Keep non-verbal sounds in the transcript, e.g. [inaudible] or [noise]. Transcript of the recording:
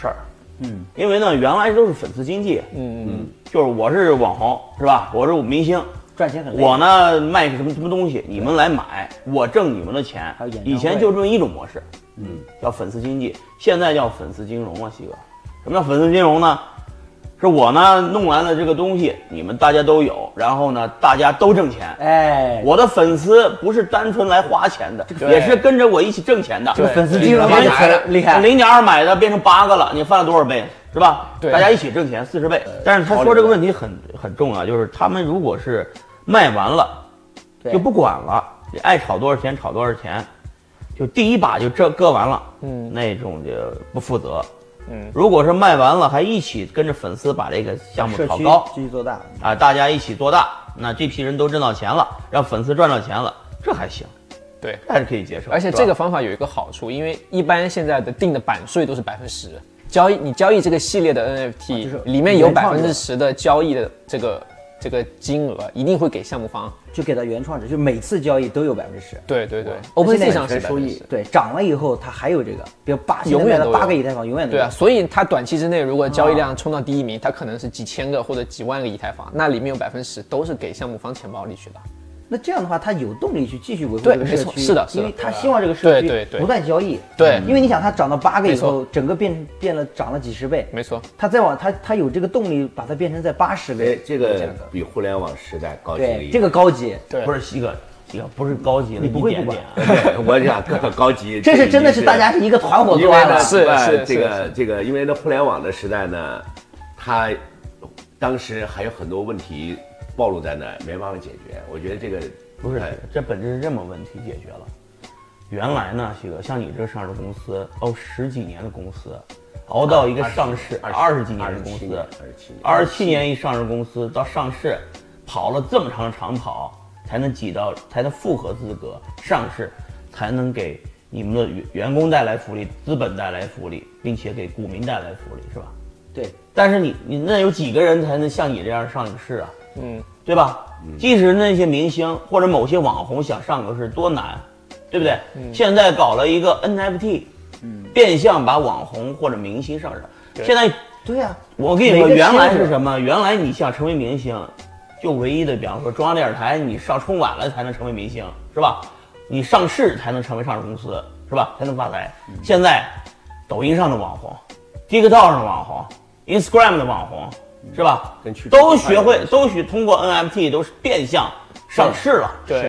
事儿。嗯，因为呢，原来都是粉丝经济，嗯嗯，就是我是网红是吧？我是明星，赚钱很累。我呢卖个什么什么东西，你们来买，我挣你们的钱还有演。唱会以前就这么一种模式，嗯，叫粉丝经济，现在叫粉丝金融啊，西哥。什么叫粉丝金融呢？是我呢弄完了这个东西，你们大家都有，然后呢大家都挣钱。哎，我的粉丝不是单纯来花钱的，个也是跟着我一起挣钱的。这个粉丝金融对完理解了全厉害。零点二买的变成八个了，你翻了多少倍，是吧？对大家一起挣钱四十倍。但是他说这个问题很很重要，就是他们如果是卖完了，对就不管了，你爱炒多少钱炒多少钱，就第一把就这割完了，嗯，那种就不负责。嗯，如果是卖完了，还一起跟着粉丝把这个项目社炒区高继续做大，啊，大家一起做大，那这批人都挣到钱了，让粉丝赚到钱了，这还行，对。这还是可以接受。而且是吧这个方法有一个好处，因为一般现在的定的版税都是百分十，交易你交易这个系列的啊就是 NFT 里面有原百创分的之十的交易的这个这个金额一定会给项目方。就给到原创者，就每次交易都有百分之十。对对对现，OpenSea 在上有是些百收分益之对涨了以后，它还有这个，比如八，现在永远卖了都八个有以太坊，永远都对有啊，。所以它短期之内如果交易量冲到第一名，它可能是几千个或者几万个以太坊，那里面有百分之十都是给项目方钱包里去的。那这样的话，他有动力去继续维护对这个社没错区，是的是的因为他希望这个社区对对对不断交易。对因为你想，它涨到八个以后没，整个变变了涨了几十倍，没错，它再往它它有这个动力把它变成在八十哎倍，这价个格比互联网时代高级了对一这点。个高级，对不是西哥，西哥不是高级了，你不会一点不管点啊。对 [laughs] 我想更高级， [laughs] 这是真的是已经大家是一个团伙因作为案呢，了。是呃是这是个是这个，因为呢，互联网的时代呢，它当时还有很多问题暴露在那儿，没办法解决。我觉得这个不是哎，这本质是这么问题解决了。原来呢，许哥，像你这上市公司，熬十几年的公司，熬到一个上市二十几年的公司， 27年二十七年一上市公司到上市，跑了这么长的长跑，才能挤到，才能复合资格上市，才能给你们的员员工带来福利，资本带来福利，并且给股民带来福利，是吧？对，但是你你那有几个人才能像你这样上市啊？嗯，对吧？即使那些明星或者某些网红想上个市多难，对不对？现在搞了一个 NFT，变相把网红或者明星上市。现在对啊呀、我跟你说，每个原来是圈子什么？原来你想成为明星，就唯一的，比方说中央电视台，你上春晚了才能成为明星，是吧？你上市才能成为上市公司，是吧？才能发财。嗯现在，抖音上的网红，TikTok 上的网红，Instagram 的网红，嗯是吧跟去？都学会，都学通过 NFT，都是变相上市了。对。